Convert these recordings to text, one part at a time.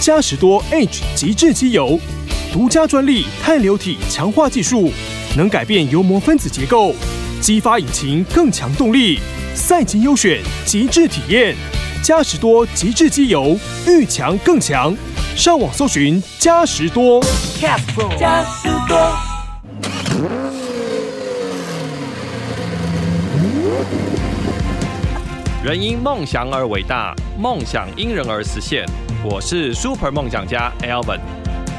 嘉实多 H 极致机油，独家专利碳流体强化技术，能改变油膜分子结构，激发引擎更强动力。赛级优选，极致体验，嘉实多极致机油，遇强更强。上网搜寻嘉实多。加士多。人因梦想而伟大，梦想因人而实现。我是 Super 梦想家 Alvin，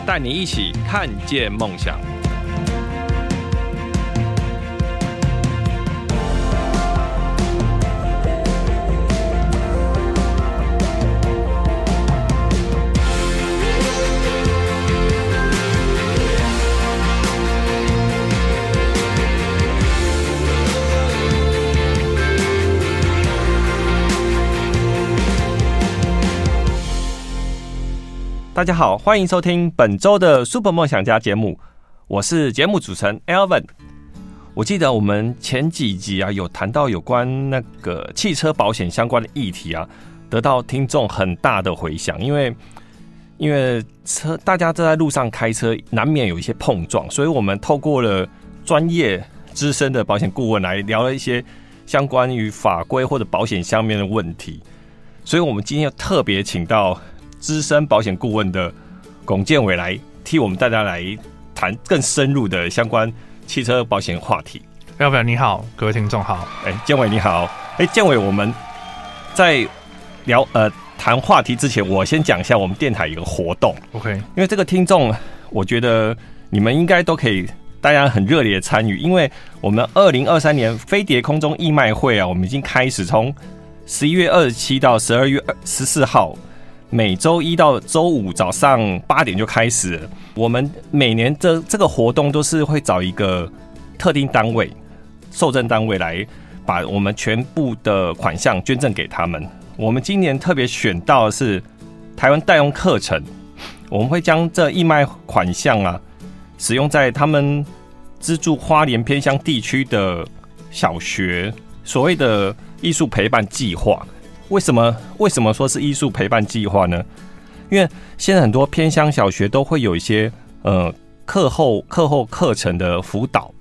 带你一起看见梦想。大家好，欢迎收听本周的 Super 梦想家节目，我是节目主持人 Alvin。我记得我们前几集啊，有谈到有关那个汽车保险相关的议题啊，得到听众很大的回响，因为因为车大家都在路上开车，难免有一些碰撞，所以我们透过了专业资深的保险顾问来聊了一些相关于法规或者保险相面的问题，所以我们今天又特别请到资深保险顾问的龚建伟来替我们大家来谈更深入的相关汽车保险话题。廖表你好，各位听众好。哎、建伟你好，哎、建伟，我们在聊呃谈话题之前，我先讲一下我们电台有个活动， OK，因为这个听众，我觉得你们应该都可以。大家很热烈的参与，因为我们二零二三年飞碟空中义卖会啊，我们已经开始从十一月二十七到十二月十四号，每周一到周五早上八点就开始了。我们每年这这个活动都是会找一个特定单位、受赠单位来把我们全部的款项捐赠给他们。我们今年特别选到的是台湾代用课程，我们会将这义卖款项啊，使用在他们资助花莲偏乡地区的小学所谓的艺术陪伴计划。为什么为什么说是艺术陪伴计划呢？因为现在很多偏乡小学都会有一些呃课后课后课程的辅导，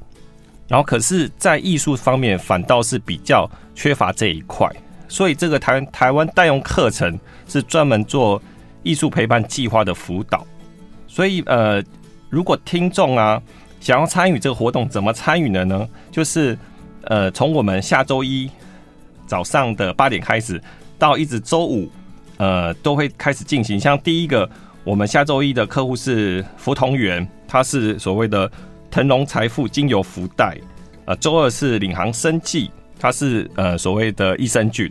然后可是，在艺术方面反倒是比较缺乏这一块，所以这个台湾台湾代用课程是专门做艺术陪伴计划的辅导。所以呃，如果听众啊想要参与这个活动，怎么参与的呢？就是呃，从我们下周一早上的八点开始，到一直周五，呃，都会开始进行。像第一个，我们下周一的客户是福同源，它是所谓的腾龙财富精油福袋；呃，周二是领航生技，它是呃所谓的益生菌。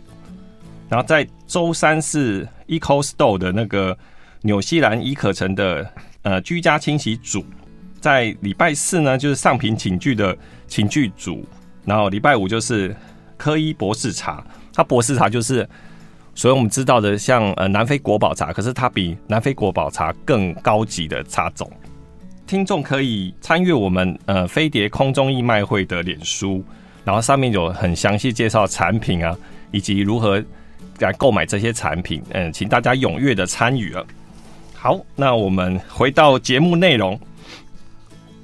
然后在周三是 Eco Store 的那个纽西兰怡可城的呃居家清洗组，在礼拜四呢就是上品寝具的寝具组，然后礼拜五就是科一博士茶，它博士茶就是所以我们知道的像呃南非国宝茶，可是它比南非国宝茶更高级的茶种。听众可以参阅我们呃飞碟空中义卖会的脸书，然后上面有很详细介绍产品啊，以及如何来购买这些产品。嗯，请大家踊跃的参与啊。好，那我们回到节目内容，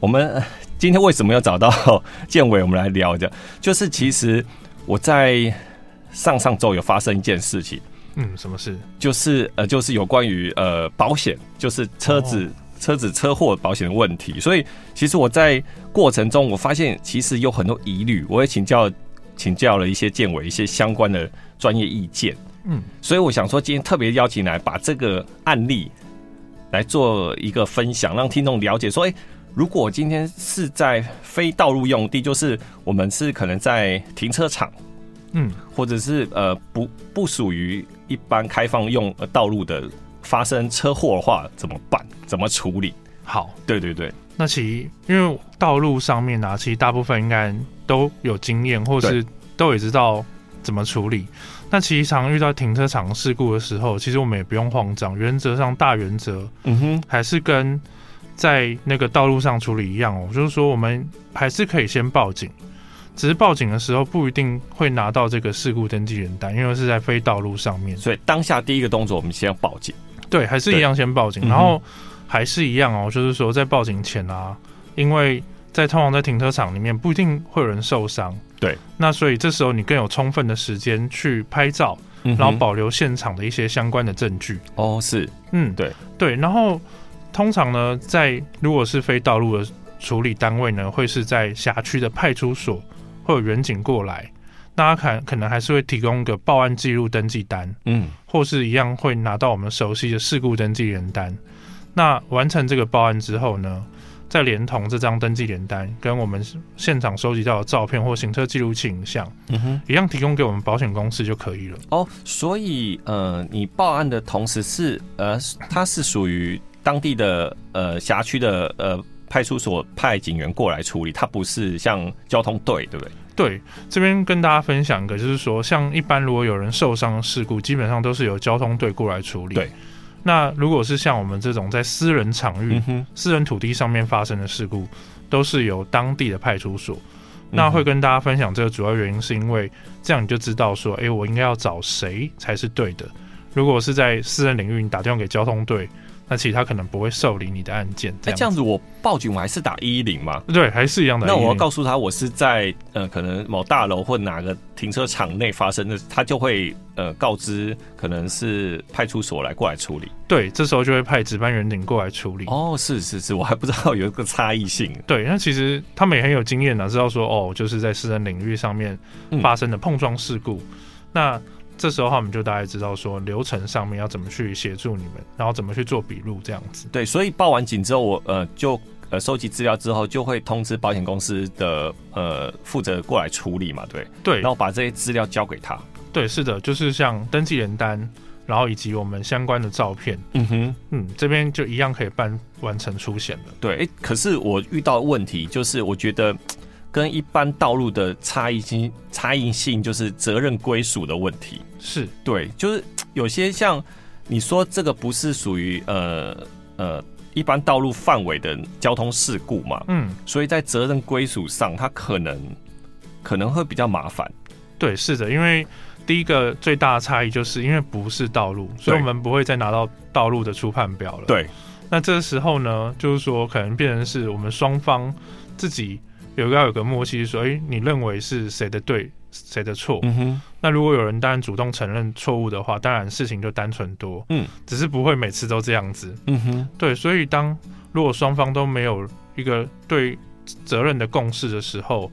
我们呃今天为什么要找到建伟？我们来聊一下，就是其实我在上上周有发生一件事情，嗯，什么事？就是呃，就是有关于呃保险，就是车子、哦车子车祸保险的问题。所以其实我在过程中，我发现其实有很多疑虑，我也请教请教了一些建委一些相关的专业意见。嗯，所以我想说，今天特别邀请来把这个案例来做一个分享，让听众了解说，哎、如果今天是在非道路用地，就是我们是可能在停车场。嗯，或者是呃不不属于一般开放用呃道路的发生车祸的话怎么办？怎么处理？好。对对对，那其实因为道路上面啊，其实大部分应该都有经验，或是都也知道怎么处理。那其实常遇到停车场事故的时候，其实我们也不用慌张。原则上，大原则嗯哼，还是跟在那个道路上处理一样哦，就是说我们还是可以先报警，只是报警的时候不一定会拿到这个事故登记人单，因为是在非道路上面。所以当下第一个动作我们先要报警。对，还是一样先报警，对嗯然后还是一样哦，就是说在报警前啊，因为在通常在停车场里面不一定会有人受伤，对，那所以这时候你更有充分的时间去拍照，嗯哼然后保留现场的一些相关的证据，哦是嗯，对对，然后通常呢，在如果是非道路的处理单位呢，会是在辖区的派出所会有远警过来，那他可可能还是会提供个报案记录登记单，嗯或是一样会拿到我们熟悉的事故登记联单。那完成这个报案之后呢，再连同这张登记联单跟我们现场收集到的照片或行车记录器影像，嗯哼。一样提供给我们保险公司就可以了。哦，所以呃，你报案的同时是呃，它是属于当地的呃辖区的呃派出所派警员过来处理，它不是像交通队，对不对？对，这边跟大家分享一个，就是说，像一般如果有人受伤的事故，基本上都是由交通队过来处理。对。那如果是像我们这种在私人场域、嗯哼，私人土地上面发生的事故，都是由当地的派出所。嗯那会跟大家分享这个主要原因，是因为这样你就知道说，诶，我应该要找谁才是对的。如果是在私人领域，你打电话给交通队，那其实他可能不会受理你的案件。哎、这样子这样子我报警我还是打一一零嘛？对，还是一样的。那我要告诉他我是在呃可能某大楼或哪个停车场内发生的，他就会呃告知可能是派出所来过来处理。对，这时候就会派值班员警过来处理。哦，是是是，我还不知道有一个差异性。对，那其实他们也很有经验的，知道说哦，就是在私人领域上面嗯发生的碰撞事故。那这时候他们就大概知道说流程上面要怎么去协助你们，然后怎么去做笔录这样子。对，所以报完警之后，我呃就呃收集资料之后，就会通知保险公司的呃负责过来处理嘛，对，对然，后把这些资料交给他。对，是的，就是像登记人单，然后以及我们相关的照片，嗯哼，嗯，这边就一样可以办完成出险了。对。诶可是我遇到的问题就是，我觉得嘖跟一般道路的差异性差异性就是责任归属的问题。是，对，就是嘖有些像你说这个不是属于呃呃一般道路范围的交通事故嘛，嗯，所以在责任归属上，它可能可能会比较麻烦。对，是的，因为。第一个最大的差异就是因为不是道路，所以我对们不会再拿到道路的初判表了。对，那这时候呢，就是说可能变成是我们双方自己有要有个默契，说，哎、你认为是谁的对，谁的错？嗯哼。那如果有人当然主动承认错误的话，当然事情就单纯多，嗯，只是不会每次都这样子。嗯哼，对，所以当如果双方都没有一个对责任的共识的时候，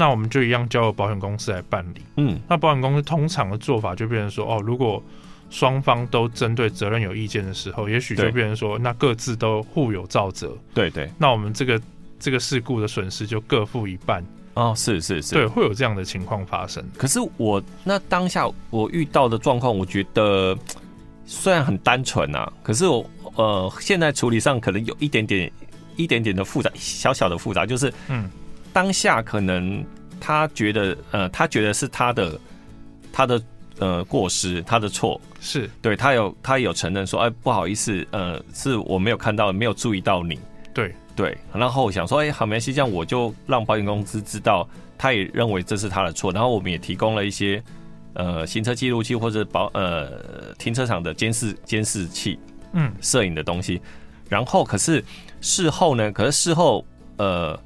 那我们就一样交由保险公司来办理。嗯，那保险公司通常的做法就变成说，哦，如果双方都针对责任有意见的时候，也许就对变成说，那各自都互有照责，对对，那我们这个这个事故的损失就各负一半，哦，是是是，对，。会有这样的情况发生。可是我那当下我遇到的状况，我觉得嘖虽然很单纯啊，可是我呃现在处理上可能有一点点一点点的复杂，小小的复杂，就是嗯，当下可能他觉得呃他觉得是他的他的呃过失，他的错，是对他有他有承认说，哎，不好意思，呃，是我没有看到，没有注意到你。对对，然后我想说，哎，好，没关系，这样我就让保险公司知道，他也认为这是他的错，然后我们也提供了一些呃行车记录器或者保呃停车场的监视监视器嗯，摄影的东西，然后可是事后呢，可是事后呃，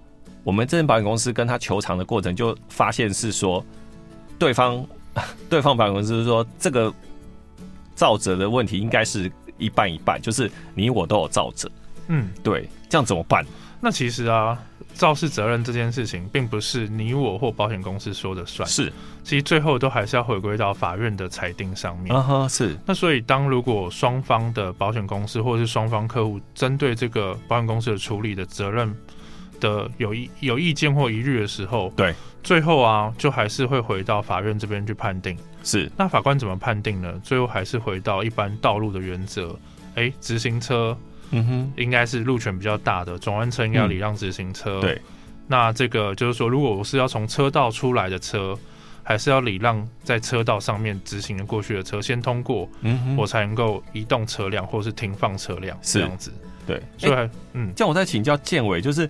我们这间保险公司跟他求偿的过程就发现是说，对方 对方保险公司是说这个造责的问题应该是一半一半，就是你我都有造责，嗯，对，这样怎么办？那其实啊，肇事责任这件事情，并不是你我或保险公司说的算，是。其实最后都还是要回归到法院的裁定上面。啊哈，是，那所以，当如果双方的保险公司或者是双方客户针对这个保险公司的处理的责任的有意有意见或疑虑的时候，对，最后啊，就还是会回到法院这边去判定。是，那法官怎么判定呢？最后还是回到一般道路的原则。诶，直行车嗯哼，应该是路权比较大的，转弯车应该要礼让直行嗯车。对，那这个就是说，如果我是要从车道出来的车，还是要礼让在车道上面直行的过去的车先通过。嗯哼我才能够移动车辆或是停放车辆是这样子。对。所以哎还，嗯，这样我再请教建伟，就是，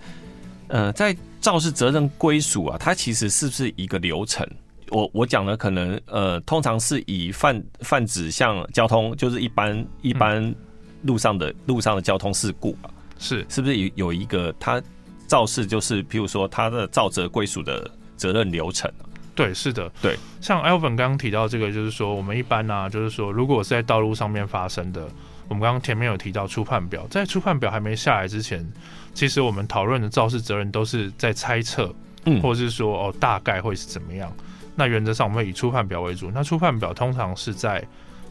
呃，在肇事责任归属啊，它其实是不是一个流程？我我讲的可能呃，通常是以泛泛指向交通，就是一般一般路上的路上的交通事故吧？是是不是有有一个它肇事就是，譬如说它的肇责归属的责任流程啊、对，是的，对。像 Alvin 刚刚提到这个，就是说我们一般呢、啊就是说如果是在道路上面发生的，我们刚刚前面有提到初判表，在初判表还没下来之前，其实我们讨论的肇事责任都是在猜测，嗯或者是说哦大概会是怎么样。那原则上我们会以初判表为主，那初判表通常是在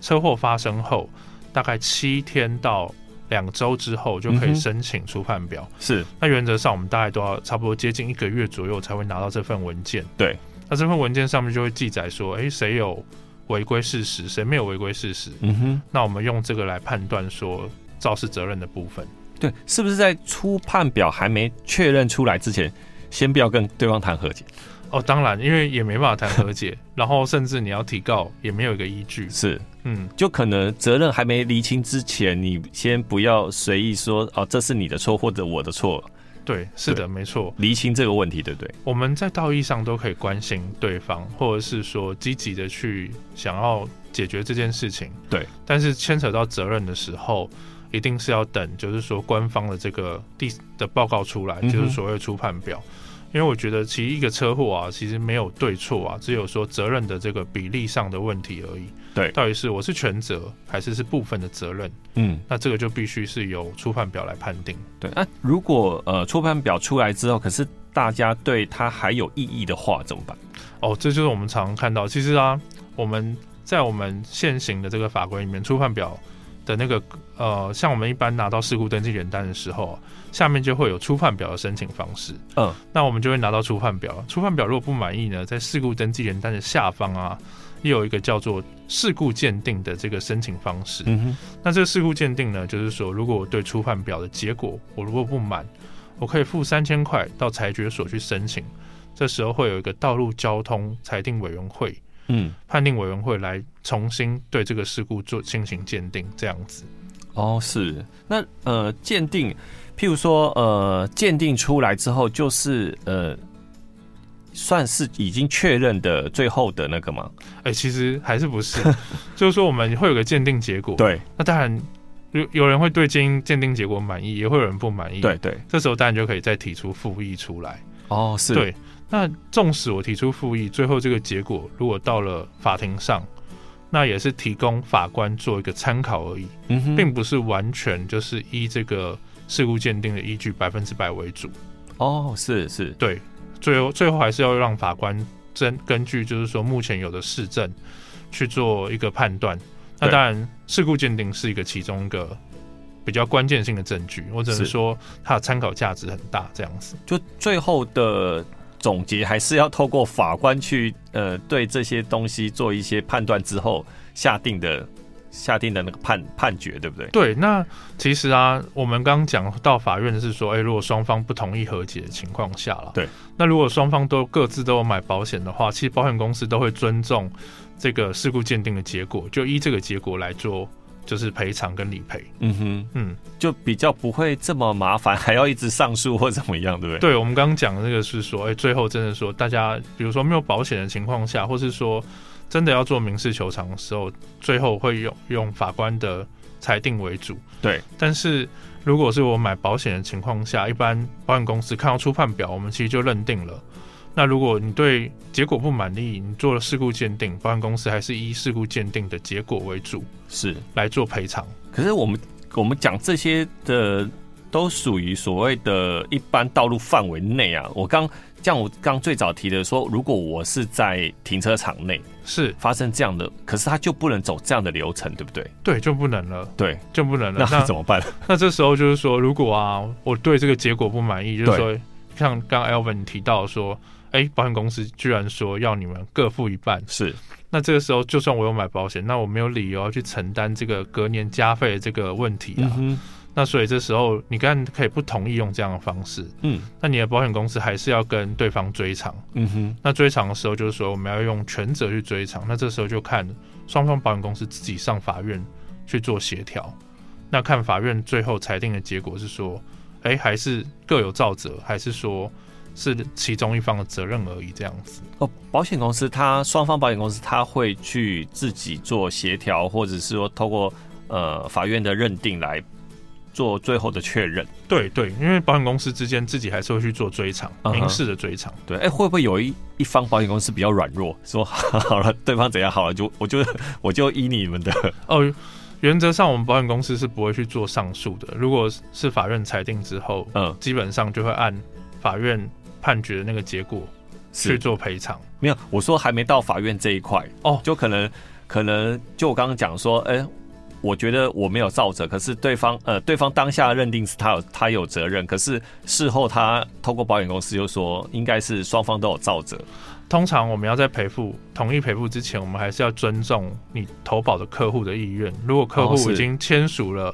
车祸发生后大概七天到两周之后就可嗯以哼申请初判表。是那原则上我们大概都要差不多接近一个月左右才会拿到这份文件。对，那这份文件上面就会记载说，诶，谁有违规事实，谁没有违规事实。嗯哼，那我们用这个来判断说肇事责任的部分。对，是不是在初判表还没确认出来之前，先不要跟对方谈和解？哦，当然，因为也没办法谈 和解，然后甚至你要提告也没有一个依据。是，嗯，就可能责任还没厘清之前，你先不要随意说哦，这是你的错或者我的错，对，是的，没错。厘清这个问题，对不对？我们在道义上都可以关心对方，或者是说积极的去想要解决这件事情。对，但是牵扯到责任的时候，一定是要等，就是说官方的这个第的报告出来，嗯哼就是所谓的初判表。因为我觉得，其实一个车祸啊，其实没有对错啊，只有说责任的这个比例上的问题而已。对到底是我是全责，还是是部分的责任？嗯，那这个就必须是由初判表来判定。对。那、如果呃初判表出来之后，可是大家对它还有异议的话，怎么办？哦，这就是我们常看到。其实啊，我们在我们现行的这个法规里面，初判表的那个呃，像我们一般拿到事故登记原单的时候啊，下面就会有初判表的申请方式。嗯，那我们就会拿到初判表。初判表如果不满意呢，在事故登记原单的下方啊，也有一个叫做事故鉴定的这个申请方式。嗯哼，那这个事故鉴定呢，就是说，如果我对初判表的结果我如果不满，我可以付三千块到裁决所去申请。这时候会有一个道路交通裁定委员会、嗯，判定委员会来重新对这个事故做进行鉴定，这样子。哦，是。那呃鉴定，譬如说呃鉴定出来之后，就是呃算是已经确认的最后的那个吗？哎，其实还是不 是，就是说我们会有个鉴定结果。，对那当然有有人会对鉴鉴定结果满意，也会有人不满意。对，对，这时候当然就可以再提出复议出来。哦是，对，那纵使我提出复议，最后这个结果如果到了法庭上，那也是提供法官做一个参考而已，嗯哼，并不是完全就是依这个事故鉴定的依据百分之百为主。哦是是，对，最后最后还是要让法官真根据就是说目前有的市政去做一个判断。那对当然，事故鉴定是一个其中一个比较关键性的证据，我只能是说它的参考价值很大，这样子。就最后的总结还是要透过法官去呃对这些东西做一些判断之后下定的下定的那个判判决，对不对？对，那其实啊，我们刚刚讲到法院是说，哎、如果双方不同意和解的情况下了，对，那如果双方都各自都有买保险的话，其实保险公司都会尊重这个事故鉴定的结果，就依这个结果来做就是赔偿跟理赔。嗯哼，嗯，就比较不会这么麻烦，还要一直上诉或怎么样，对不对？对，我们刚刚讲的这个是说，哎、最后真的说，大家比如说没有保险的情况下，或是说真的要做民事求偿的时候，最后会用用法官的裁定为主。对，但是如果是我买保险的情况下，一般保险公司看到初判表，我们其实就认定了。那如果你对结果不满意，你做了事故鉴定，保险公司还是依事故鉴定的结果为主是。来做赔偿。可是我们我们讲这些的都属于所谓的一般道路范围内啊。我刚像我刚最早提的说，如果我是在停车场内是发生这样的，可是他就不能走这样的流程，对不对？对，就不能了，对，就不能了。那怎么办？ 那这时候就是说，如果啊，我对这个结果不满意，就是说，像刚 Elvin 提到说，哎、保险公司居然说要你们各付一半，是那这个时候就算我有买保险，那我没有理由要去承担这个隔年加费的这个问题啊。嗯哼，那所以这时候你刚可以不同意用这样的方式，嗯那你的保险公司还是要跟对方追偿。嗯哼，那追偿的时候就是说我们要用全责去追偿，那这时候就看双方保险公司自己上法院去做协调，那看法院最后裁定的结果是说，哎、还是各有照责，还是说是其中一方的责任而已这样子。哦，保险公司它双方保险公司它会去自己做协调，或者是说透过呃法院的认定来做最后的确认。对对，因为保险公司之间自己还是会去做追偿，嗯哼民事的追偿。对，哎、会不会有一一方保险公司比较软弱，说 好了，对方怎样好了，就我就我就依你们的。 哦，原则上我们保险公司是不会去做上诉的。如果是法院裁定之后，嗯，基本上就会按法院判决的那个结果去是做赔偿。没有，我说还没到法院这一块哦就可能可能就我刚刚讲说，哎、我觉得我没有造责，可是对方呃，对方当下认定是他有他有责任，可是事后他透过保险公司就说应该是双方都有造责，通常我们要在赔付同意赔付之前，我们还是要尊重你投保的客户的意愿。如果客哦户是已经签署了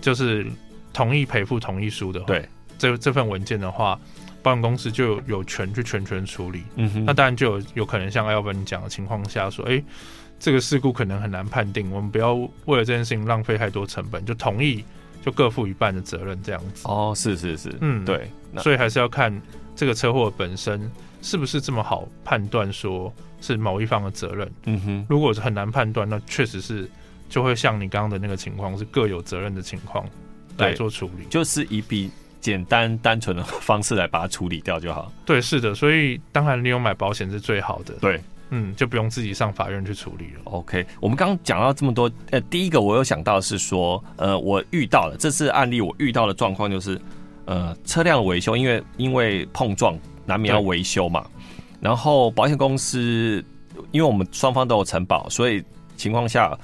就是同意赔付同意书的话，对这这份文件的话，保险公司就有有权去全权处理。嗯哼那当然就有有可能像艾文讲的情况下说，诶，这个事故可能很难判定，我们不要为了这件事情浪费太多成本，就同意就各负一半的责任这样子。哦，是是是，嗯对，那所以还是要看这个车祸本身是不是这么好判断，说是某一方的责任。嗯哼，如果是很难判断，那确实是就会像你刚刚的那个情况，是各有责任的情况对来做处理。就是以比简单单纯的方式来把它处理掉就好。对，是的，所以当然你有买保险是最好的。对，嗯，就不用自己上法院去处理了。 OK，我们刚刚讲到这么多，呃，第一个我有想到的是说，呃，我遇到了这次案例，我遇到的状况就是，呃，车辆维修，因为因为碰撞难免要维修嘛，然后保险公司，因为我们双方都有承保，所以情况下，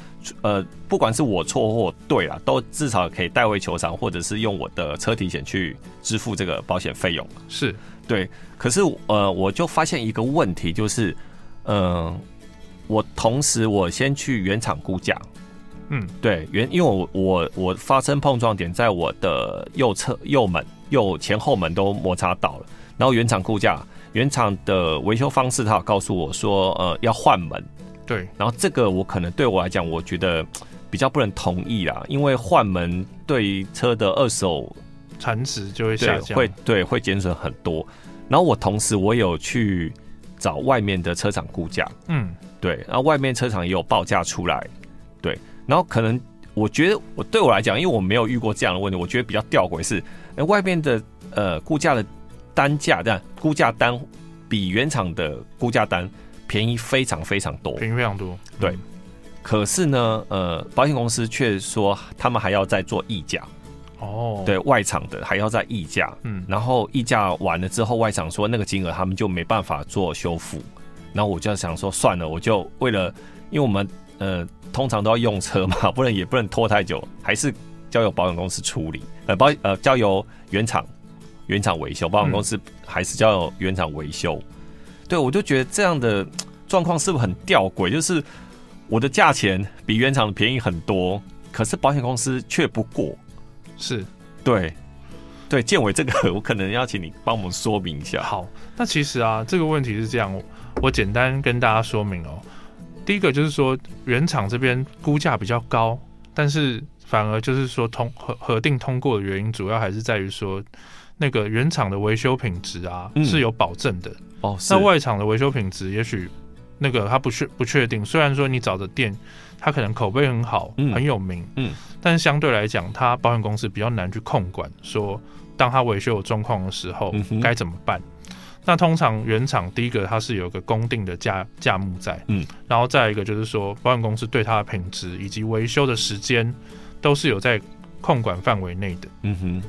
呃，不管是我错或对啦，都至少可以代为求偿，或者是用我的车体险去支付这个保险费用。是，可是呃，我就发现一个问题，就是，嗯、我同时我先去原厂估价，嗯，对原，因为我我我发生碰撞点在我的右侧右门右前后门都摩擦到了，然后原厂估价，原厂的维修方式他有告诉我说，呃，要换门，对，然后这个我可能对我来讲，我觉得比较不能同意啦，因为换门对于车的二手产值就会下对，降。会对会减损很多。然后我同时我有去找外面的车厂估价，嗯，对，然后外面车厂也有报价出来，对，然后可能我觉得我对我来讲，因为我没有遇过这样的问题，我觉得比较吊诡是，哎，外面的呃估价的单价，但估价单比原厂的估价单便宜非常非常多，便宜非常多。对嗯，可是呢，呃，保险公司却说他们还要再做溢价，哦，，对外厂的还要再溢价，嗯，然后议价完了之后，外厂说那个金额他们就没办法做修复，然后我就想说算了，我就为了，因为我们呃通常都要用车嘛， 不然也不能拖太久，还是交由保险公司处理，呃保呃交由原厂原厂维修，保险公司还是交由原厂维修。对，我就觉得这样的状况是不是很吊诡？就是我的价钱比原厂便宜很多，可是保险公司却不过。是对，对，建伟这个我可能要请你帮我们说明一下。好。那其实啊，这个问题是这样，我我简单跟大家说明哦。第一个就是说，原厂这边估价比较高，但是反而就是说通核核定通过的原因，主要还是在于说。那个原厂的维修品质啊、嗯是有保证的，哦，是那外厂的维修品质也许那个他不确不确定，虽然说你找的店他可能口碑很好，嗯很有名，嗯，但是相对来讲，他保险公司比较难去控管，说当他维修有状况的时候嗯哼该、怎么办。那通常原厂第一个它是有个公定的价价目在，嗯，然后再一个就是说保险公司对它的品质以及维修的时间都是有在控管范围内的。嗯哼，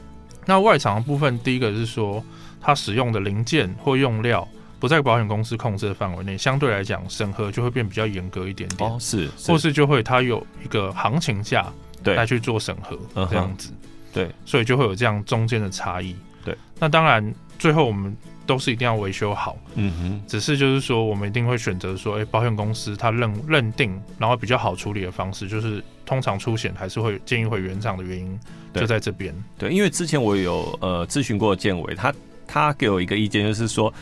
那外厂的部分，第一个是说它使用的零件或用料不在保险公司控制的范围内，相对来讲审核就会变比较严格一点点，哦是，或是就会它有一个行情价对来去做审核嗯哼这样子，对，所以就会有这样中间的差异。对，那当然最后我们都是一定要维修好，嗯哼，只是就是说我们一定会选择说，哎、保险公司它认认定，然后比较好处理的方式，就是通常出险还是会建议回原厂的原因对就在这边。对，因为之前我有呃咨询过建伟，他他给我一个意见，就是说，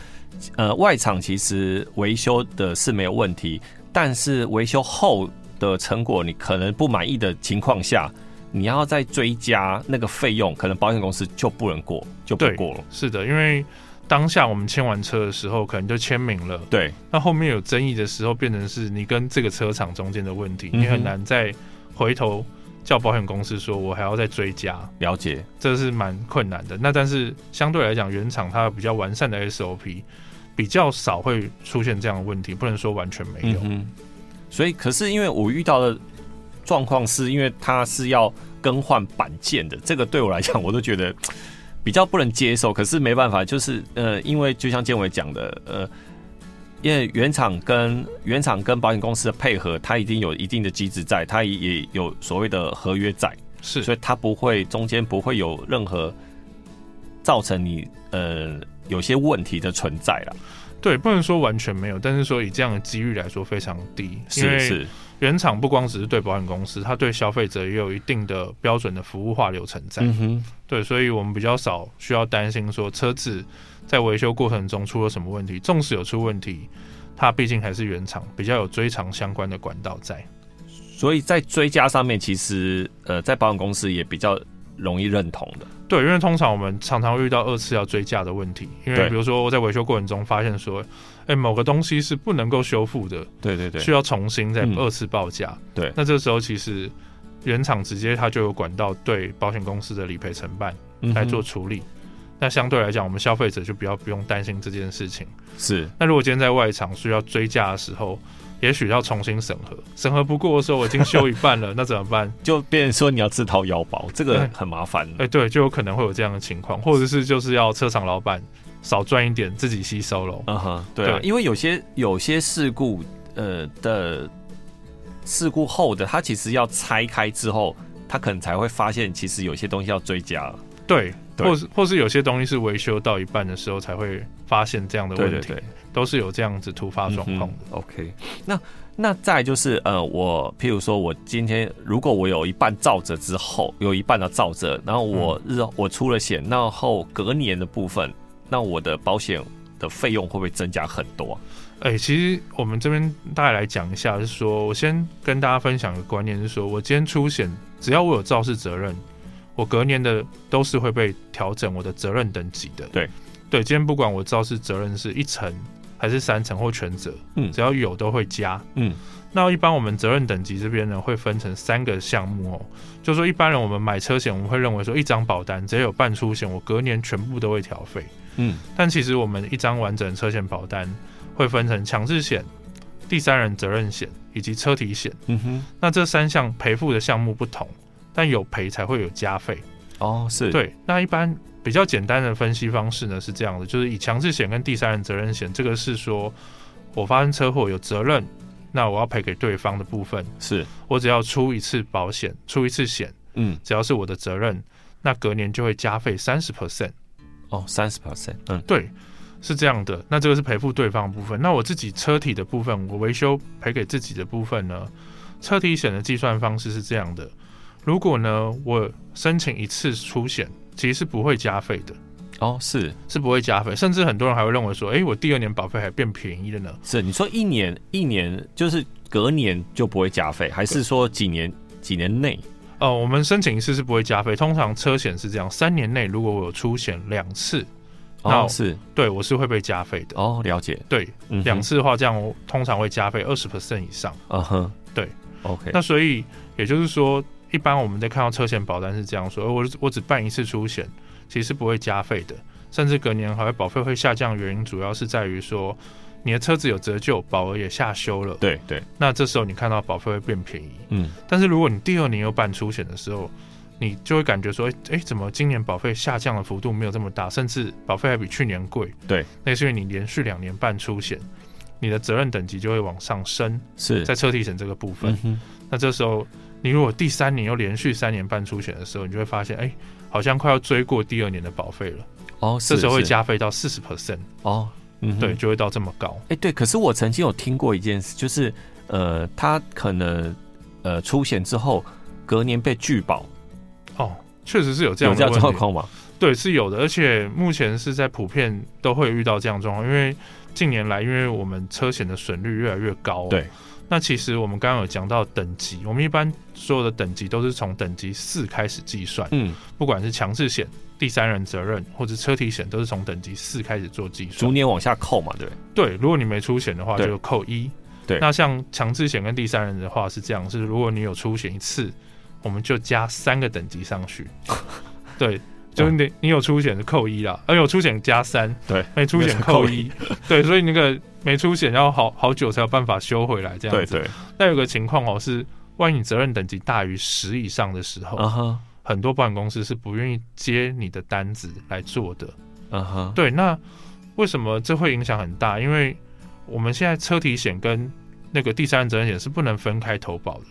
呃，外厂其实维修的是没有问题，但是维修后的成果你可能不满意的情况下。你要再追加那个费用，可能保险公司就不能过，就不对过了。是的，因为当下我们签完车的时候，可能就签名了。对，那后面有争议的时候，变成是你跟这个车厂中间的问题，嗯哼你很难再回头叫保险公司说我还要再追加，了解，这是蛮困难的。那但是相对来讲，原厂它比较完善的 SOP，比较少会出现这样的问题，不能说完全没有。嗯哼。所以，可是因为我遇到的状况是因为它是要更换板件的，这个对我来讲，我都觉得比较不能接受。可是没办法，就是呃，因为就像建伟讲的，呃，因为原厂跟原厂跟保险公司的配合，它一定有一定的机制在，它也有所谓的合约在。是，所以它不会中间不会有任何造成你呃有些问题的存在啦。对，不能说完全没有，但是说以这样的几率来说非常低，因是为是，原厂不光只是对保险公司，它对消费者也有一定的标准的服务化流程在。嗯哼，对，所以我们比较少需要担心说车子在维修过程中出了什么问题，纵使有出问题，它毕竟还是原厂，比较有追偿相关的管道在。所以在追加上面，其实呃在保险公司也比较容易认同的。对，因为通常我们常常会遇到二次要追价的问题，因为对比如说我在维修过程中发现说，哎，某个东西是不能够修复的，对对对需要重新再嗯二次报价。对那这时候其实原厂直接它就有管道对保险公司的理赔承办嗯来做处理。那相对来讲，我们消费者就比较不用担心这件事情。是那如果今天在外场需要追加的时候，也许要重新审核，审核不过的时候我已经修一半了，那怎 么办？就变成说你要自掏腰包，这个对很麻烦。哎、对，就有可能会有这样的情况，或者是就是要车厂老板少赚一点，自己吸收喽。嗯哼，对啊，对因为有些有些事故呃的事故后的，它其实要拆开之后，它可能才会发现其实有些东西要追加了。对，对或是或是有些东西是维修到一半的时候才会发现这样的问对题，对对。都是有这样子突发状况的。嗯哼 OK，那那再来就是呃，我譬如说我今天如果我有一半照着之后，有一半的照着，然后我嗯日后、我出了险，然后隔年的部分，那我的保险的费用会不会增加很多啊、哎、其实我们这边大概来讲一下，是说我先跟大家分享一个观念，是说我今天出险，只要我有肇事责任，我隔年的都是会被调整我的责任等级的。对，对，今天不管我肇事责任是一层还是三层或全责，嗯只要有都会加。嗯，那一般我们责任等级这边呢，会分成三个项目哦。就说一般人我们买车险，我们会认为说一张保单只要有半出险，我隔年全部都会调费。嗯，但其实我们一张完整的车险保单会分成强制险、第三人责任险以及车体险。嗯哼，那这三项赔付的项目不同，但有赔才会有加费。哦，是，，对，那一般比较简单的分析方式呢是这样的，就是以强制险跟第三人责任险，这个是说我发生车祸有责任，那我要赔给对方的部分，是，我只要出一次保险，出一次险，嗯，只要是我的责任，那隔年就会加费三十 percent。哦，三十 percent，嗯，对，是这样的。那这个是赔付对方的部分。那我自己车体的部分，我维修赔给自己的部分呢？车体险的计算方式是这样的：如果呢我申请一次出险，其实是不会加费的，哦，是，是不会加费。甚至很多人还会认为说，诶，我第二年保费还变便宜了呢。是，你说一年一年就是隔年就不会加费，还是说几年几年内？呃，我们申请一次是不会加费，通常车险是这样，三年内如果我有出险两次，哦，那是，对我是会被加费的。哦，了解，对，嗯哼两，次的话，这样我通常会加费二十 percent 以上。嗯哼，对，OK，那所以也就是说，一般我们在看到车险保单是这样说，呃我我只办一次出险，其实是不会加费的，甚至隔年还会保费会下降，原因主要是在于说你的车子有折旧，保额也下修了，对对，那这时候你看到保费会变便宜。嗯，但是如果你第二年又办出险的时候，你就会感觉说，哎、诶怎么今年保费下降的幅度没有这么大，甚至保费还比去年贵？对，那是因为你连续两年办出险，你的责任等级就会往上升，是，在车体险这个部分嗯。哼，那这时候，你如果第三年又连续三年半出险的时候，你就会发现，哎、好像快要追过第二年的保费了。哦，这是时候会是加费到四十 percent，哦，嗯哼对，，就会到这么高。哎、对，可是我曾经有听过一件事，就是呃，他可能呃出险之后，隔年被拒保，哦，确实是有这有样这的样问状题，况吗？对，是有的。而且目前是在普遍都会遇到这样的状况，因为近年来，因为我们车险的损率越来越高、对。那其实我们刚刚有讲到等级，我们一般所有的等级都是从等级四开始计算，嗯，不管是啊强制险、第三人责任或者车体险，都是从等级四开始做计算。逐年往下扣嘛，对哦不对？对，如果你没出险的话，对就扣一。对那像强制险跟第三人的话是这样，是如果你有出险一次，我们就加三个等级 上去。对，就是你你有出险扣一啦，呃有出险加三，哦对，没出险扣一， 对，所以那个没出险要好好久才有办法修回来这样对子。对那有个情况哦是，万一你责任等级大于十以上的时候，啊哈很多保险公司是不愿意接你的单子来做的。啊哈，对，那为什么这会影响很大？因为我们现在车体险跟那个第三人责任险是不能分开投保的。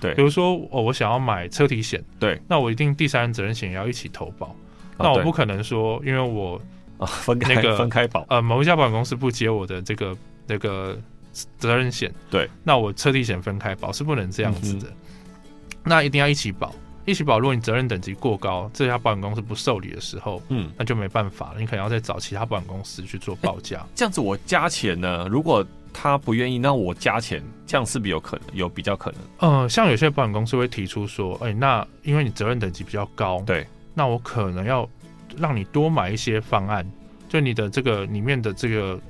对比如说哦，我想要买车体险，对，那我一定第三人责任险也要一起投保。啊那我对不可能说，因为我啊分开那个分开保，呃某一家保险公司不接我的这个那个责任险，对，嗯那我车体险分开保是不能这样子的。那一定要一起保，一起保。如果你责任等级过高，这家保险公司不受理的时候，嗯，那就没办法了，你可能要再找其他保险公司去做报价。这样子我加钱呢，如果他不愿意，那我加钱，这样是不是有可能有比较可能？呃，像有些保险公司会提出说，哎、那因为你责任等级比较高，对，那我可能要让你多买一些方案，就你的这个里面的这个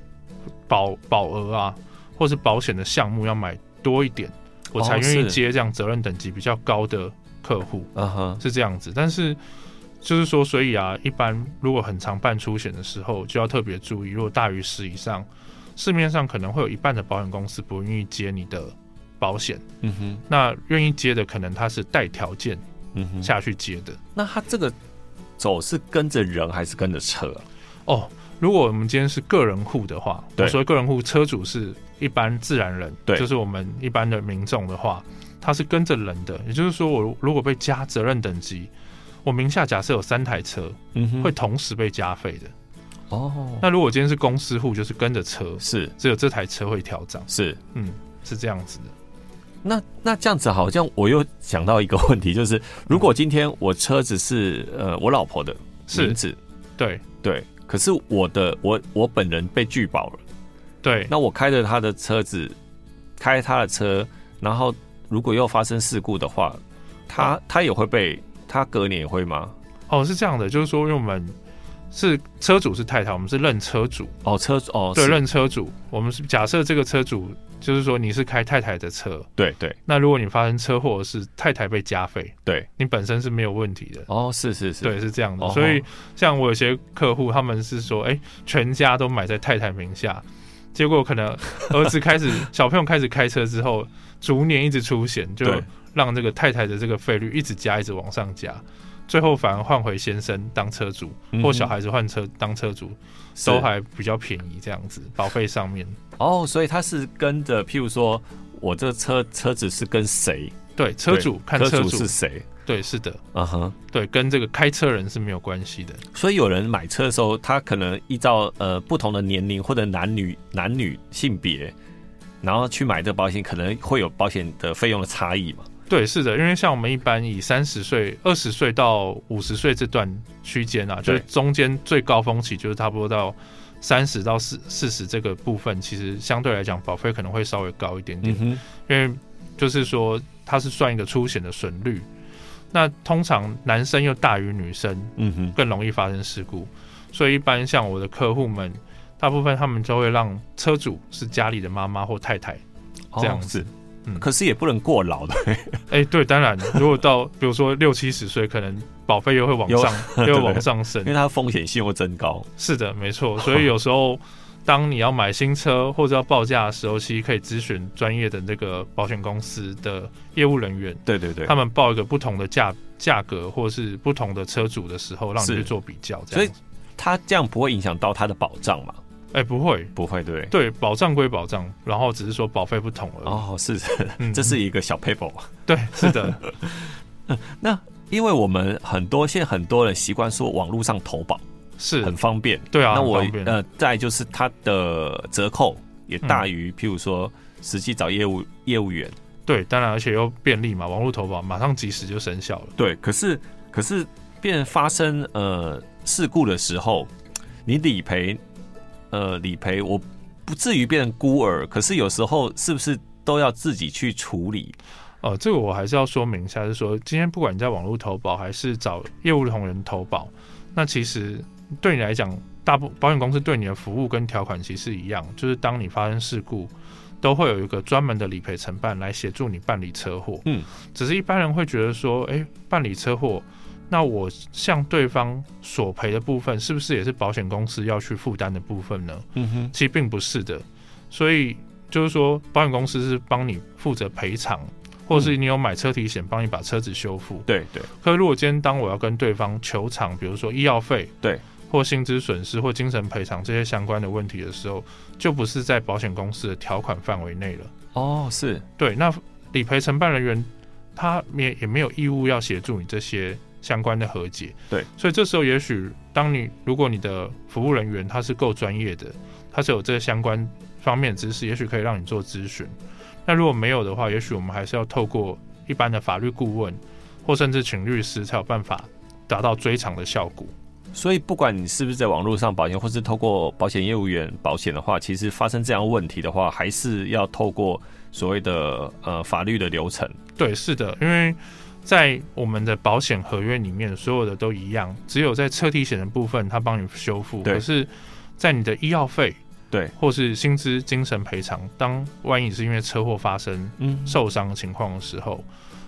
保保额啊，或是保险的项目要买多一点，我才哦愿意是接这样责任等级比较高的客户。啊哈，是这样子，但是就是说，所以啊，一般如果很常办出险的时候，就要特别注意，如果大于十以上，市面上可能会有一半的保险公司不愿意接你的保险，嗯哼，那愿意接的可能它是带条件嗯哼，下去接的。那他这个走是跟着人还是跟着车啊？哦，如果我们今天是个人户的话，对我说个人户，车主是一般自然人，对就是我们一般的民众的话，他是跟着人的，也就是说，我如果被加责任等级，我名下假设有三台车，嗯哼会同时被加费的。哦，那如果今天是公司户，就是跟着车，是只有这台车会调涨，是，嗯，是这样子的。那那这样子好像我又想到一个问题，就是如果今天我车子是呃我老婆的名是字，对对，可是我的我我本人被拒保了，对，那我开着她的车子，开她的车，然后如果又发生事故的话，她她也会被她隔年也会吗？哦，是这样的，就是说，因为我们是车主是太太，我们是认车主，哦，车哦，对，是认车主，我们是假设这个车主就是说你是开太太的车，对对那如果你发生车祸是太太被加费，对，你本身是没有问题的。哦，是是是，对，是这样的，哦所以像我有些客户，他们是说，哎、全家都买在太太名下，结果可能儿子开始，小朋友开始开车之后，逐年一直出险，就对让这个太太的这个费率一直加，一直往上加，最后反而换回先生当车主，嗯哼或小孩子换车当车主，是都还比较便宜，这样子保费上面，哦，所以他是跟着，譬如说我这车车子是跟谁，对，车主对看车车主主是，谁，对，是的，啊哈。对，跟这个开车人是没有关系的，所以有人买车的时候，他可能依照呃不同的年龄或者男女男女性别，然后去买这个保险，可能会有保险的费用的差异嘛。对，是的，因为像我们一般以三十岁、二十岁到五十岁这段区间啊，就是对中间最高峰期，就是差不多到三十到四四十这个部分，其实相对来讲保费可能会稍微高一点嗯点，哼，因为就是说它是算一个出险的损率。那通常男生又大于女生，嗯哼，更容易发生事故，所以一般像我的客户们，大部分他们都会让车主是家里的妈妈或太太哦这样子。嗯可是也不能过劳的，哎、对，当然，如果到比如说六七十岁，可能保费又会往 上，又会往上升因为。它风险性会增高。是的，没错。所以有时候，当你要买新车或者要报价的时候，其实可以咨询专业的那个保险公司的业务人员，对对对他，们报一个不同的价价格，或是不同的车主的时候，让你是去做比较。这所以样子，它这样不会影响到它的保障嘛？哎、不会，不会，对不对。对，保障归保障，然后只是说保费不同而已。哦，是，嗯这是一个小 paper。对，是的，那因为我们很多现在很多人习惯说网络上投保是， 很方便，对啊，那我很方便嗯呃，再就是它的折扣也大于，譬如说实际找业务业务员。对，当然，而且又便利嘛，网络投保马上及时就生效了。对，可是可是变发生呃事故的时候，你理赔呃理赔，我不至于变成孤儿，可是有时候是不是都要自己去处理？呃，这个我还是要说明一下，就是说今天不管你在网络投保还是找业务同仁投保，那其实对你来讲，大部保险公司对你的服务跟条款其实是一样，就是当你发生事故，都会有一个专门的理赔承办来协助你办理车祸。嗯，只是一般人会觉得说，哎、办理车祸，那我向对方索赔的部分，是不是也是保险公司要去负担的部分呢？嗯哼，其实并不是的，所以就是说，保险公司是帮你负责赔偿，或者是你有买车体险帮你把车子修复。对对，可是如果今天当我要跟对方求偿，比如说医药费，对，或薪资损失或精神赔偿这些相关的问题的时候，就不是在保险公司的条款范围内了。哦，是对，那理赔承办人员他也也没有义务要协助你这些相关的和解。对，所以这时候也许当你如果你的服务人员他是够专业的，他是有这相关方面的知识，也许可以让你做咨询。那如果没有的话，也许我们还是要透过一般的法律顾问，或甚至请律师，才有办法达到追偿的效果。所以不管你是不是在网络上保险，或是透过保险业务员保险的话，其实发生这样问题的话，还是要透过所谓的呃法律的流程。对，是的，因为在我们的保险合约里面，所有的都一样，只有在车体险的部分，它帮你修复。对可是，在你的医药费，对，或是薪资、精神赔偿，当万一你是因为车祸发生嗯受伤的情况的时候，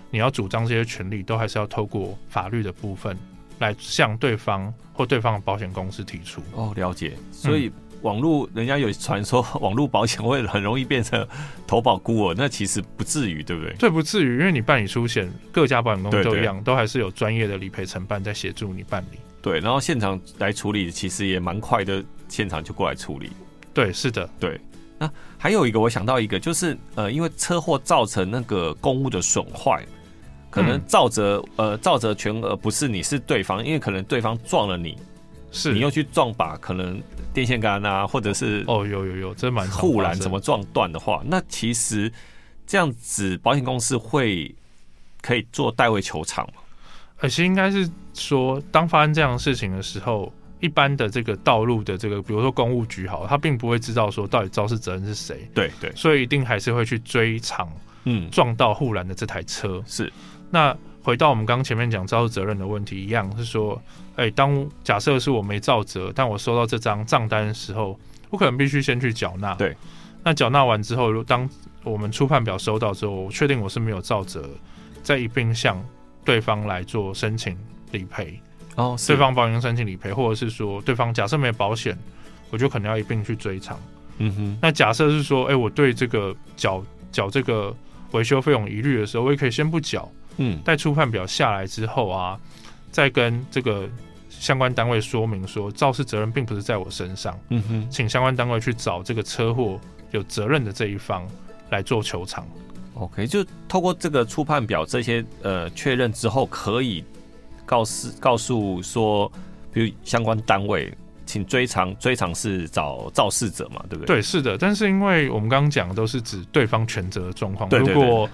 你要主张这些权利，都还是要透过法律的部分来向对方或对方的保险公司提出。哦，了解。所以网络人家有传说， 网络保险会很容易变成投保孤儿，那其实不至于，对不对？这不至于，因为你办理出险，各家保险公司对都对一样，都还是有专业的理赔承办在协助你办理。对，然后现场来处理，其实也蛮快的，现场就过来处理。对，是的，还有一个，我想到一个，就是呃，因为车祸造成那个公物的损坏，可能嗯造责、呃造责全额不是你，是对方，因为可能对方撞了你，是你又去撞把可能电线杆啊，或者是哦，有有有，真蛮常护发栏生怎么撞断的话，那其实这样子保险公司会可以做代位球场嘛？呃，其实应该是说，当发生这样的事情的时候，一般的这个道路的这个，比如说公务局好了，他并不会知道说到底肇事责任是谁，对对，所以一定还是会去追偿嗯，撞到护栏的这台车。是那回到我们刚刚前面讲肇事责任的问题，一样是说，哎、当假设是我没造责，但我收到这张账单的时候，我可能必须先去缴纳。对，那缴纳完之后，如果当我们初判表收到之后，我确定我是没有造责，再一并向对方来做申请理赔，哦，是对方保险申请理赔，或者是说对方假设没有保险，我就可能要一并去追偿。嗯哼，那假设是说，哎、我对这个缴缴这个维修费用疑虑的时候，我也可以先不缴。嗯，待初判表下来之后啊，再跟这个相关单位说明说，肇事责任并不是在我身上，嗯哼，请相关单位去找这个车祸有责任的这一方来做求偿。 OK，就透过这个初判表这些呃确认之后，可以告诉告诉说，比如相关单位，请追偿，追偿是找肇事者嘛，对不对？对，是的，但是因为我们刚刚讲的都是指对方全责的状况，对对如果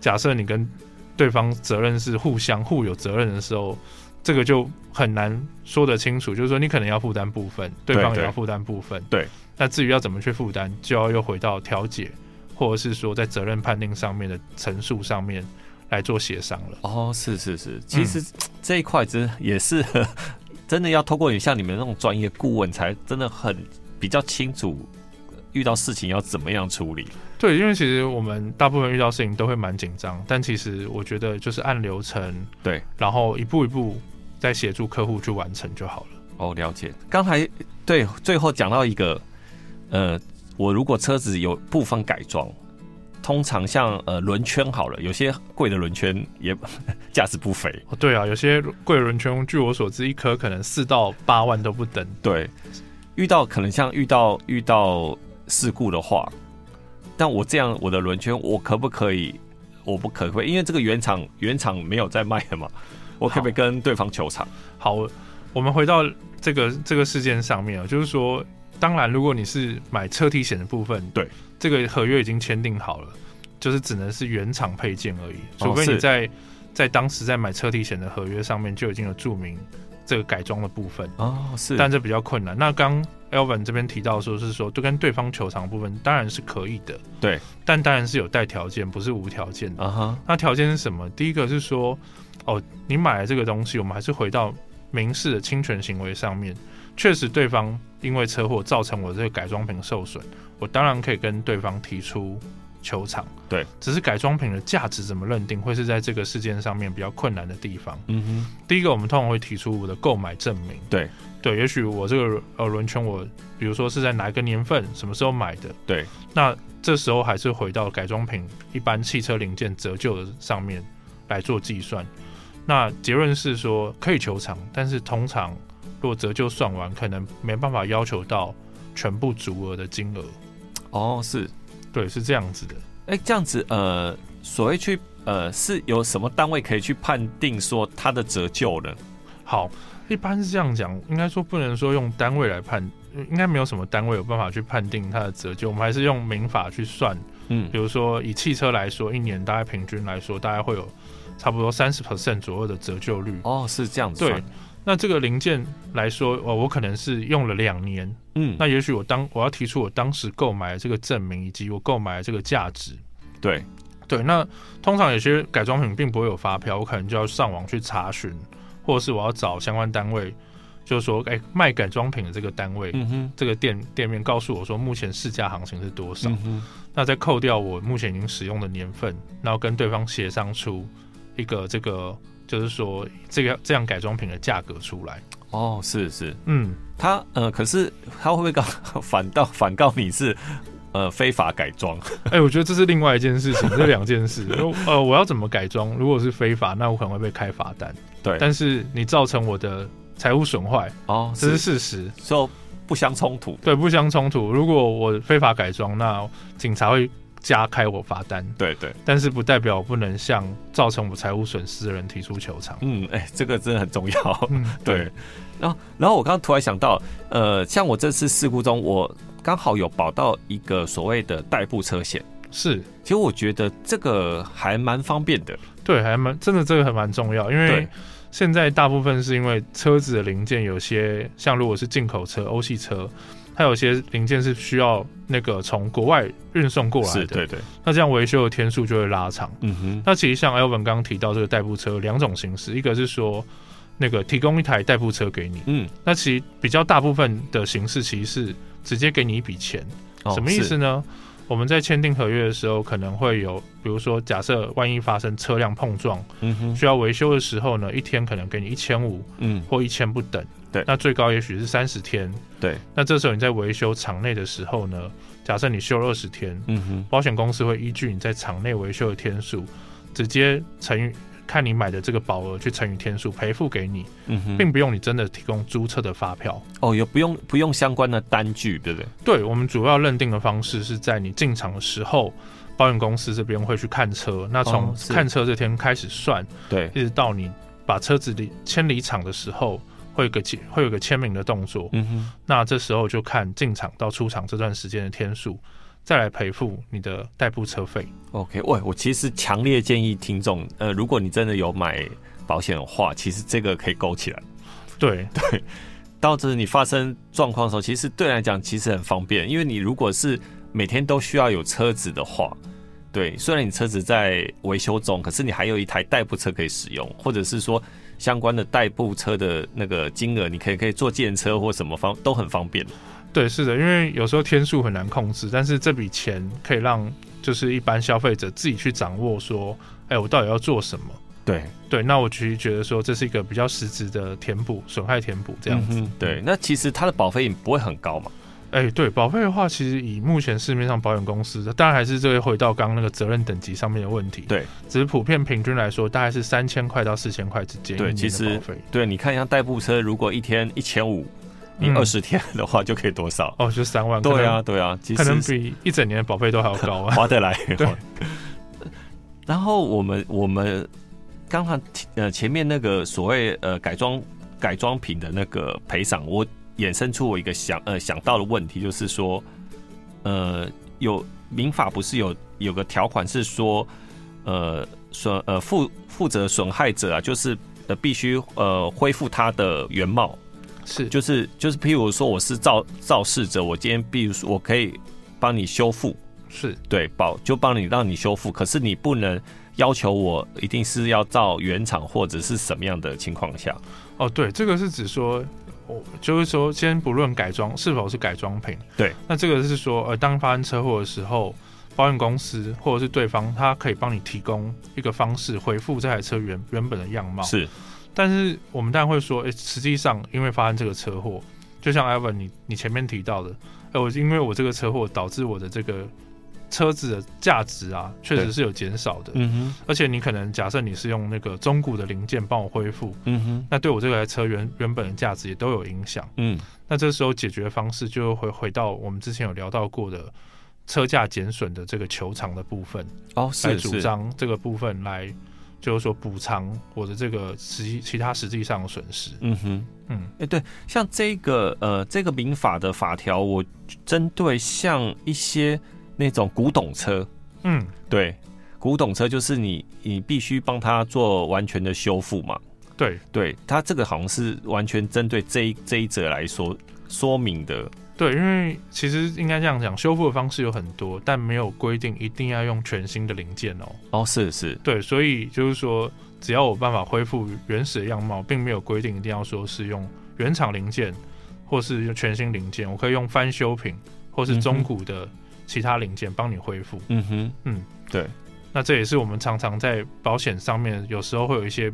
假设你跟对方责任是互相互有责任的时候。这个就很难说得清楚，就是说你可能要负担部分，对对方也对要负担部分。对，那至于要怎么去负担，就要又回到调解，或者是说在责任判定上面的陈述上面来做协商了。哦，是是是，其实这一块真也是 真的要透过你像你们那种专业顾问，才真的很比较清楚呃遇到事情要怎么样处理。对，因为其实我们大部分遇到事情都会蛮紧张，但其实我觉得就是按流程，对，然后一步一步再协助客户去完成就好了。哦，了解。刚才对最后讲到一个，呃，我如果车子有部分改装，通常像呃轮圈好了，有些贵的轮圈也 价值不菲。哦，对啊，有些贵轮圈，据我所知，一颗可能四到八万都不等。对，遇到可能像遇到遇到事故的话，但我这样我的轮圈，我可不可以？我不可不可以？因为这个原厂原厂没有在卖的 嘛，我可不可以跟对方求偿？好，我我们回到这个这个事件上面啊，就是说，当然，如果你是买车体险的部分，对这个合约已经签订好了，就是只能是原厂配件而已，除非哦是你在、在当时在买车体险的合约上面就已经有注明这个改装的部分，哦，是但这比较困难。那刚 Elvin 这边提到说是说，就跟对方求偿部分当然是可以的，对，但当然是有带条件，不是无条件的。啊哈，那条件是什么？第一个是说，哦，你买了这个东西，我们还是回到民事的侵权行为上面，确实对方因为车祸造成我这个改装品受损，我当然可以跟对方提出求偿。对，只是改装品的价值怎么认定，会是在这个事件上面比较困难的地方。嗯哼，第一个，我们通常会提出我的购买证明。对对，也许我这个呃轮圈我，比如说是在哪一个年份、什么时候买的，对，那这时候还是回到改装品一般汽车零件折旧的上面来做计算。那结论是说可以求偿，但是通常若折旧算完，可能没办法要求到全部足额的金额。哦是，对，是这样子的。哎、这样子呃，所谓去呃是有什么单位可以去判定说它的折旧呢？好，一般是这样讲，应该说不能说用单位来判，嗯应该没有什么单位有办法去判定它的折旧，我们还是用民法去算。嗯比，如说以汽车来说，一年大概平均来说，大概会有差不多三十 percent 左右的折旧率。哦是这样子对算，那这个零件来说，哦，我可能是用了两年，嗯，那也许我当我要提出我当时购买的这个证明以及我购买的这个价值。对对，那通常有些改装品并不会有发票，我可能就要上网去查询，或者是我要找相关单位，就是说，哎、卖改装品的这个单位，嗯哼这个店店面告诉我说，目前市价行情是多少。嗯哼那再扣掉我目前已经使用的年份，然后跟对方协商出一个这个，就是说这个这样改装品的价格出来。哦是是，嗯，他呃可是他会不会告 反倒反告你是呃非法改装？ 哎、我觉得这是另外一件事情，这两件事。如呃，我要怎么改装？如果是非法，那我可能会被开罚单。对，但是你造成我的财务损坏，哦这是是事实，说不相冲突对，不相冲突。如果我非法改装，那警察会加开我罚单，对对，但是不代表我不能向造成我财务损失的人提出求偿。嗯，哎、这个真的很重要。 嗯，对，然后然后我刚刚突然想到，呃，像我这次事故中，我刚好有保到一个所谓的代步车险，是。其实我觉得这个还蛮方便的。对，还蛮真的，这个还蛮重要，因为对现在大部分是因为车子的零件有些，像如果是进口车、欧系车，它有些零件是需要那个从国外运送过来的，对，那这样维修的天数就会拉长。嗯哼，那其实像 Elvin 刚刚提到这个代步车有两种形式，一个是说那个提供一台代步车给你，嗯，那其实比较大部分的形式其实是直接给你一笔钱，哦什么意？思是呢？我们在签订合约的时候，可能会有，比如说，假设万一发生车辆碰撞，嗯哼，需要维修的时候呢，一天可能给你一千五嗯，或一千不等，对那最高也许是三十天。对，那这时候你在维修场内的时候呢，假设你修二十天，嗯哼，保险公司会依据你在场内维修的天数，直接乘以看你买的这个保额去乘以天数赔付给你，嗯哼，并不用你真的提供租车的发票。哦，有不用不用相关的单据，对不对？对我们主要认定的方式是在你进场的时候，保险公司这边会去看车，那从哦是看车这天开始算，对，一直到你把车子离迁离场的时候，会有个签会有个签名的动作。嗯哼，那这时候就看进场到出场这段时间的天数，再来赔付你的代步车费。 OK，喂，我其实强烈建议听众，呃，如果你真的有买保险的话，其实这个可以勾起来。对到时你发生状况的时候，其实对你来讲其实很方便，因为你如果是每天都需要有车子的话，对，虽然你车子在维修中，可是你还有一台代步车可以使用，或者是说相关的代步车的那个金额，你可以可以坐电车或什么方都很方便。对，是的，因为有时候天数很难控制，但是这笔钱可以让就是一般消费者自己去掌握，说，哎，我到底要做什么。对，对，那我其实觉得说这是一个比较实质的填补，损害填补这这样样子。子。对，那其实它的保费也不会很高嘛。哎、对，保费的话，其实以目前市面上保险公司，当然还是这个回到刚刚那个责任等级上面的问题。对，只是普遍平均来说，大概是三千块到四千块之间。对其实保费。对，你看像代步车，如果一天一千五，你嗯二十天的话就可以多 少？哦，就三万。对啊，对啊，其可能，可能实比一整年的保费都还要高啊。划得来。 对。 然后我们我们刚才提呃前面那个所谓呃改装改装品的那个赔偿，我衍生出我一个想呃想到的问题，就是说呃有民法不是有有个条款是说呃损呃负负责损害者啊，就是呃必须呃恢复他的原貌，是，就是就是譬如说我是肇肇事者，我今天比如说我可以帮你修复，是对，保就帮你让你修复，可是你不能要求我一定是要照原厂或者是什么样的情况下，哦，对，这个是指说。我就是说，先不论改装是否是改装品，对，那这个是说，呃，当发生车祸的时候，保险公司或者是对方，他可以帮你提供一个方式恢复这台车原原本的样貌。是但是我们当然会说，诶、实际上因为发生这个车祸，就像 Evan 你你前面提到的，诶、我因为我这个车祸导致我的这个车子的价值啊，确对实是有减少的。嗯哼，而且你可能假设你是用那个中古的零件帮我恢复，嗯哼，那对我这台车原原本的价值也都有影响。嗯，那这时候解决方式就会回到我们之前有聊到过的车价减损的这个球场的部分，哦，来是主是，张这个部分来就是说补偿我的这个实际其他实际上的损失。嗯哼，嗯，哎、对，像这个呃，这个民法的法条，我针对像一些那种古董车，嗯，对，古董车就是你你必须帮他做完全的修复嘛，对对，它这个好像是完全针对这一这一则来说说明的，对，因为其实应该这样讲，修复的方式有很多，但没有规定一定要用全新的零件哦。哦，是是，对，所以就是说，只要有办法恢复原始的样貌，并没有规定一定要说是用原厂零件或是用全新零件，我可以用翻修品或是中古的其他零件帮你恢复。嗯哼，那这也是我们常常在保险上面有时候会有一些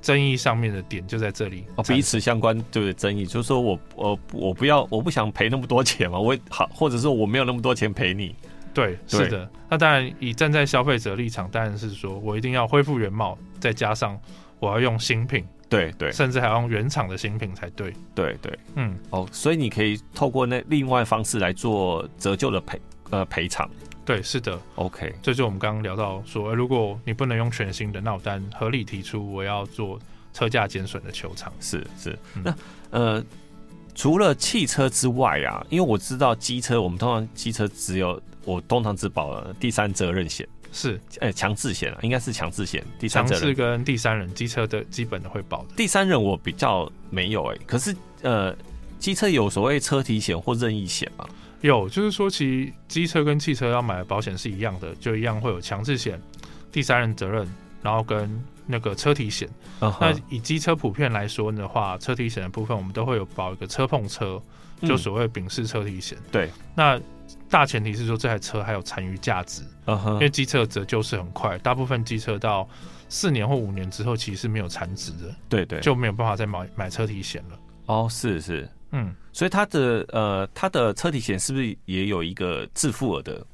争议上面的点，就在这里哦，产生。彼此相关对不对？争议就是说我我我不要我不想赔那么多钱嘛，我好或者说我没有那么多钱赔你，对，对是的。那当然，以站在消费者立场，当然是说我一定要恢复原貌，再加上我要用新品，对对甚至还要用原厂的新品才对。对对，嗯。哦，所以你可以透过那另外方式来做折旧的赔呃赔偿对，是的， ，OK，这就我们刚刚聊到说，呃如果你不能用全新的，那我当然合理提出我要做车价减损的球场。是是，嗯那呃。除了汽车之外啊，因为我知道机车，我们通常机车只有我通常只保了第三责任险。是呃强制险啊，应该是强制险。第三强者制人，跟第三人机车的基本的会保的。第三人我比较没有哎、可是呃，机车有所谓车体险或任意险嘛？有，就是说其实机车跟汽车要买的保险是一样的，就一样会有强制险、第三人责任，然后跟那个车体险。嗯那哼以机车普遍来说的话，车体险的部分我们都会有保一个车碰车，就嗯所谓丙式车体险。对，那大前提是说这台车还有残余价值。嗯因哼为机车的折旧是很快，大部分机车到四年或五年之后，其实是没有残值的，对对，就就没有办法再买买车体险了。哦是是，嗯，所以它的呃它的车体险是不是也有一个自付额的？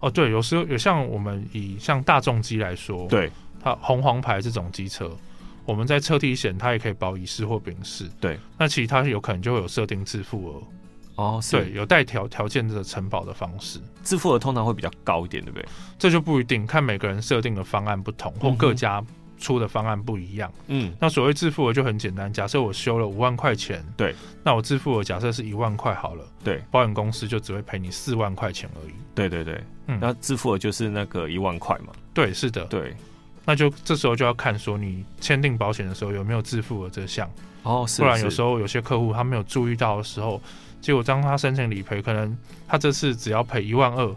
哦，对，有时候有像我们以像大众机来说，，对它红黄牌这种机车，我们在车体险它也可以保乙式或丙式，对，那其实它有可能就会有设定自付额，哦是对，有带条条件的承保的方式，自付额通常会比较高一点，对不对？这就不一定看每个人设定的方案不同，或嗯哼各家出的方案不一样。嗯那所谓自付额就很简单，假设我修了五万块钱，对，那我自付额假设是一万块好了，对，保险公司就只会赔你四万块钱而已。对对对，嗯那自付额就是那个一万块嘛？对，是的，对，那就这时候就要看说你签订保险的时候有没有自付额这项，哦是，不然有时候候有些客户他没有注意到的时候，结果当他申请理赔，可能他这次只要赔一万二。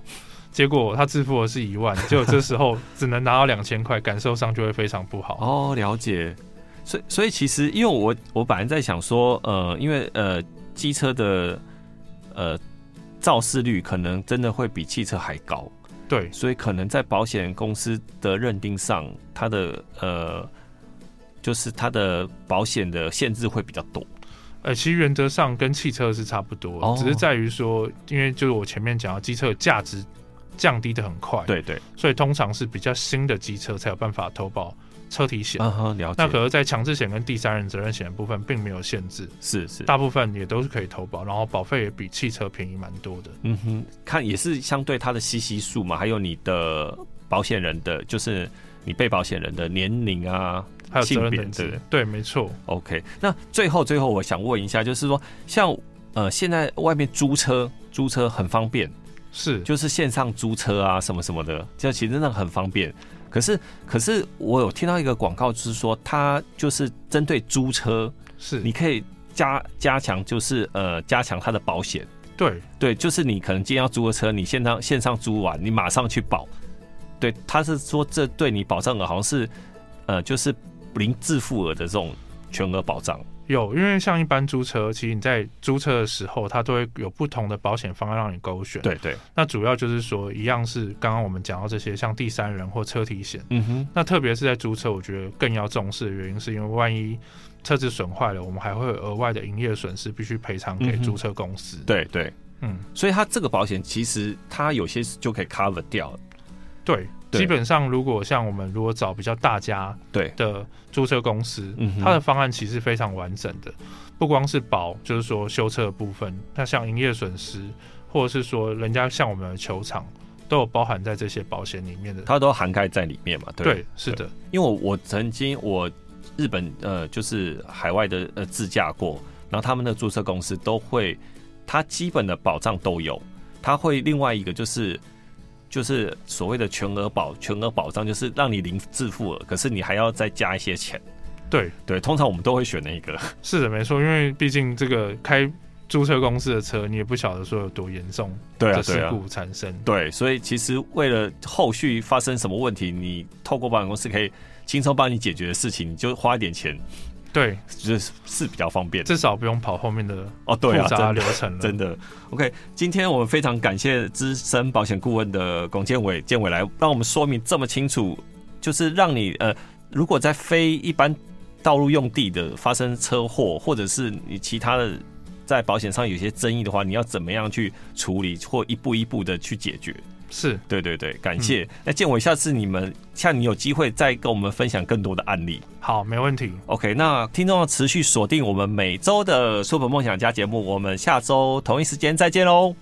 结果他自付额是 一万，结果这时候只能拿到两千块，感受上就会非常不好。哦，了解。所以所以其实，因为我我本来在想说，呃，因为呃，机车的呃肇事率可能真的会比汽车还高，对，所以可能在保险公司的认定上，它的呃，就是它的保险的限制会比较多。呃，其实原则上跟汽车是差不多，哦只是在于说，因为就是我前面讲到，机车的价值降低的很快，，对对，所以通常是比较新的机车才有办法投保车体险。嗯哼，了解那。可是，在强制险跟第三人责任险的部分并没有限制，是是，大部分也都是可以投保，然后保费也比汽车便宜蛮多的。嗯哼，看也是相对它的稀稀数嘛，还有你的保险人的，就是你被保险人的年龄啊，还有责性任别等对级，对，没错， OK，那最后最后我想问一下，就是说，像呃，现在外面租车租车很方便，是就是线上租车啊什么什么的，这其实那很方便。可是可是我有听到一个广告，就是说它就是针对租车，是你，可以加加强，就是呃加强它的保险。对，对，就是你可能今天要租的车，你线上线上租完，你马上去保。对，他是说这对你保障额好像是呃就是零自付额的这种全额保障。有，因为像一般租车，其实你在租车的时候，它都会有不同的保险方案让你勾选。，对对，那主要就是说，一样是刚刚我们讲到这些，像第三人或车体险。嗯哼，那特别是在租车，我觉得更要重视的原因，是因为万一车子损坏了，我们还会有额外的营业损失必须赔偿给嗯哼租车公司。，对对，嗯，所以它这个保险其实它有些就可以 cover 掉，对，对基本上如果像我们如果找比较大家对的租车公司嗯哼，它的方案其实非常完整的，不光是保，就是说修车的部分，那像营业损失，或者是说人家像我们的球场，都有包含在这些保险里面的。它都涵盖在里面嘛，对不对对，是的，因为我我曾经我日本呃就是海外的呃自驾过，然后他们的注册公司都会，它基本的保障都有，它会另外一个就是就是所谓的全额保全额保障，就是让你零自付额，可是你还要再加一些钱。对，对，通常我们都会选那个， 是的，没错，因为毕竟这个开租车公司的车，你也不晓得说有多严重对啊的事故产生。对，所以其实为了后续发生什么问题，你透过保险公司可以轻松帮你解决的事情，你就花一点钱，对，就是是比较方便的。至少不用跑后面的哦，对啊，复真杂的流程了。真的，OK，今天我们非常感谢资深保险顾问的龚建伟，建伟来让我们说明这么清楚，就是让你呃，如果在非一般道路用地的发生车祸，或者是你其他的在保险上有些争议的话，你要怎么样去处理，或一步一步的去解决？是对对对，感谢。那建伟，下次你们像你有机会再跟我们分享更多的案例。好，没问题。 OK，那听众要持续锁定我们每周的《说本梦想家》节目，我们下周同一时间再见喽，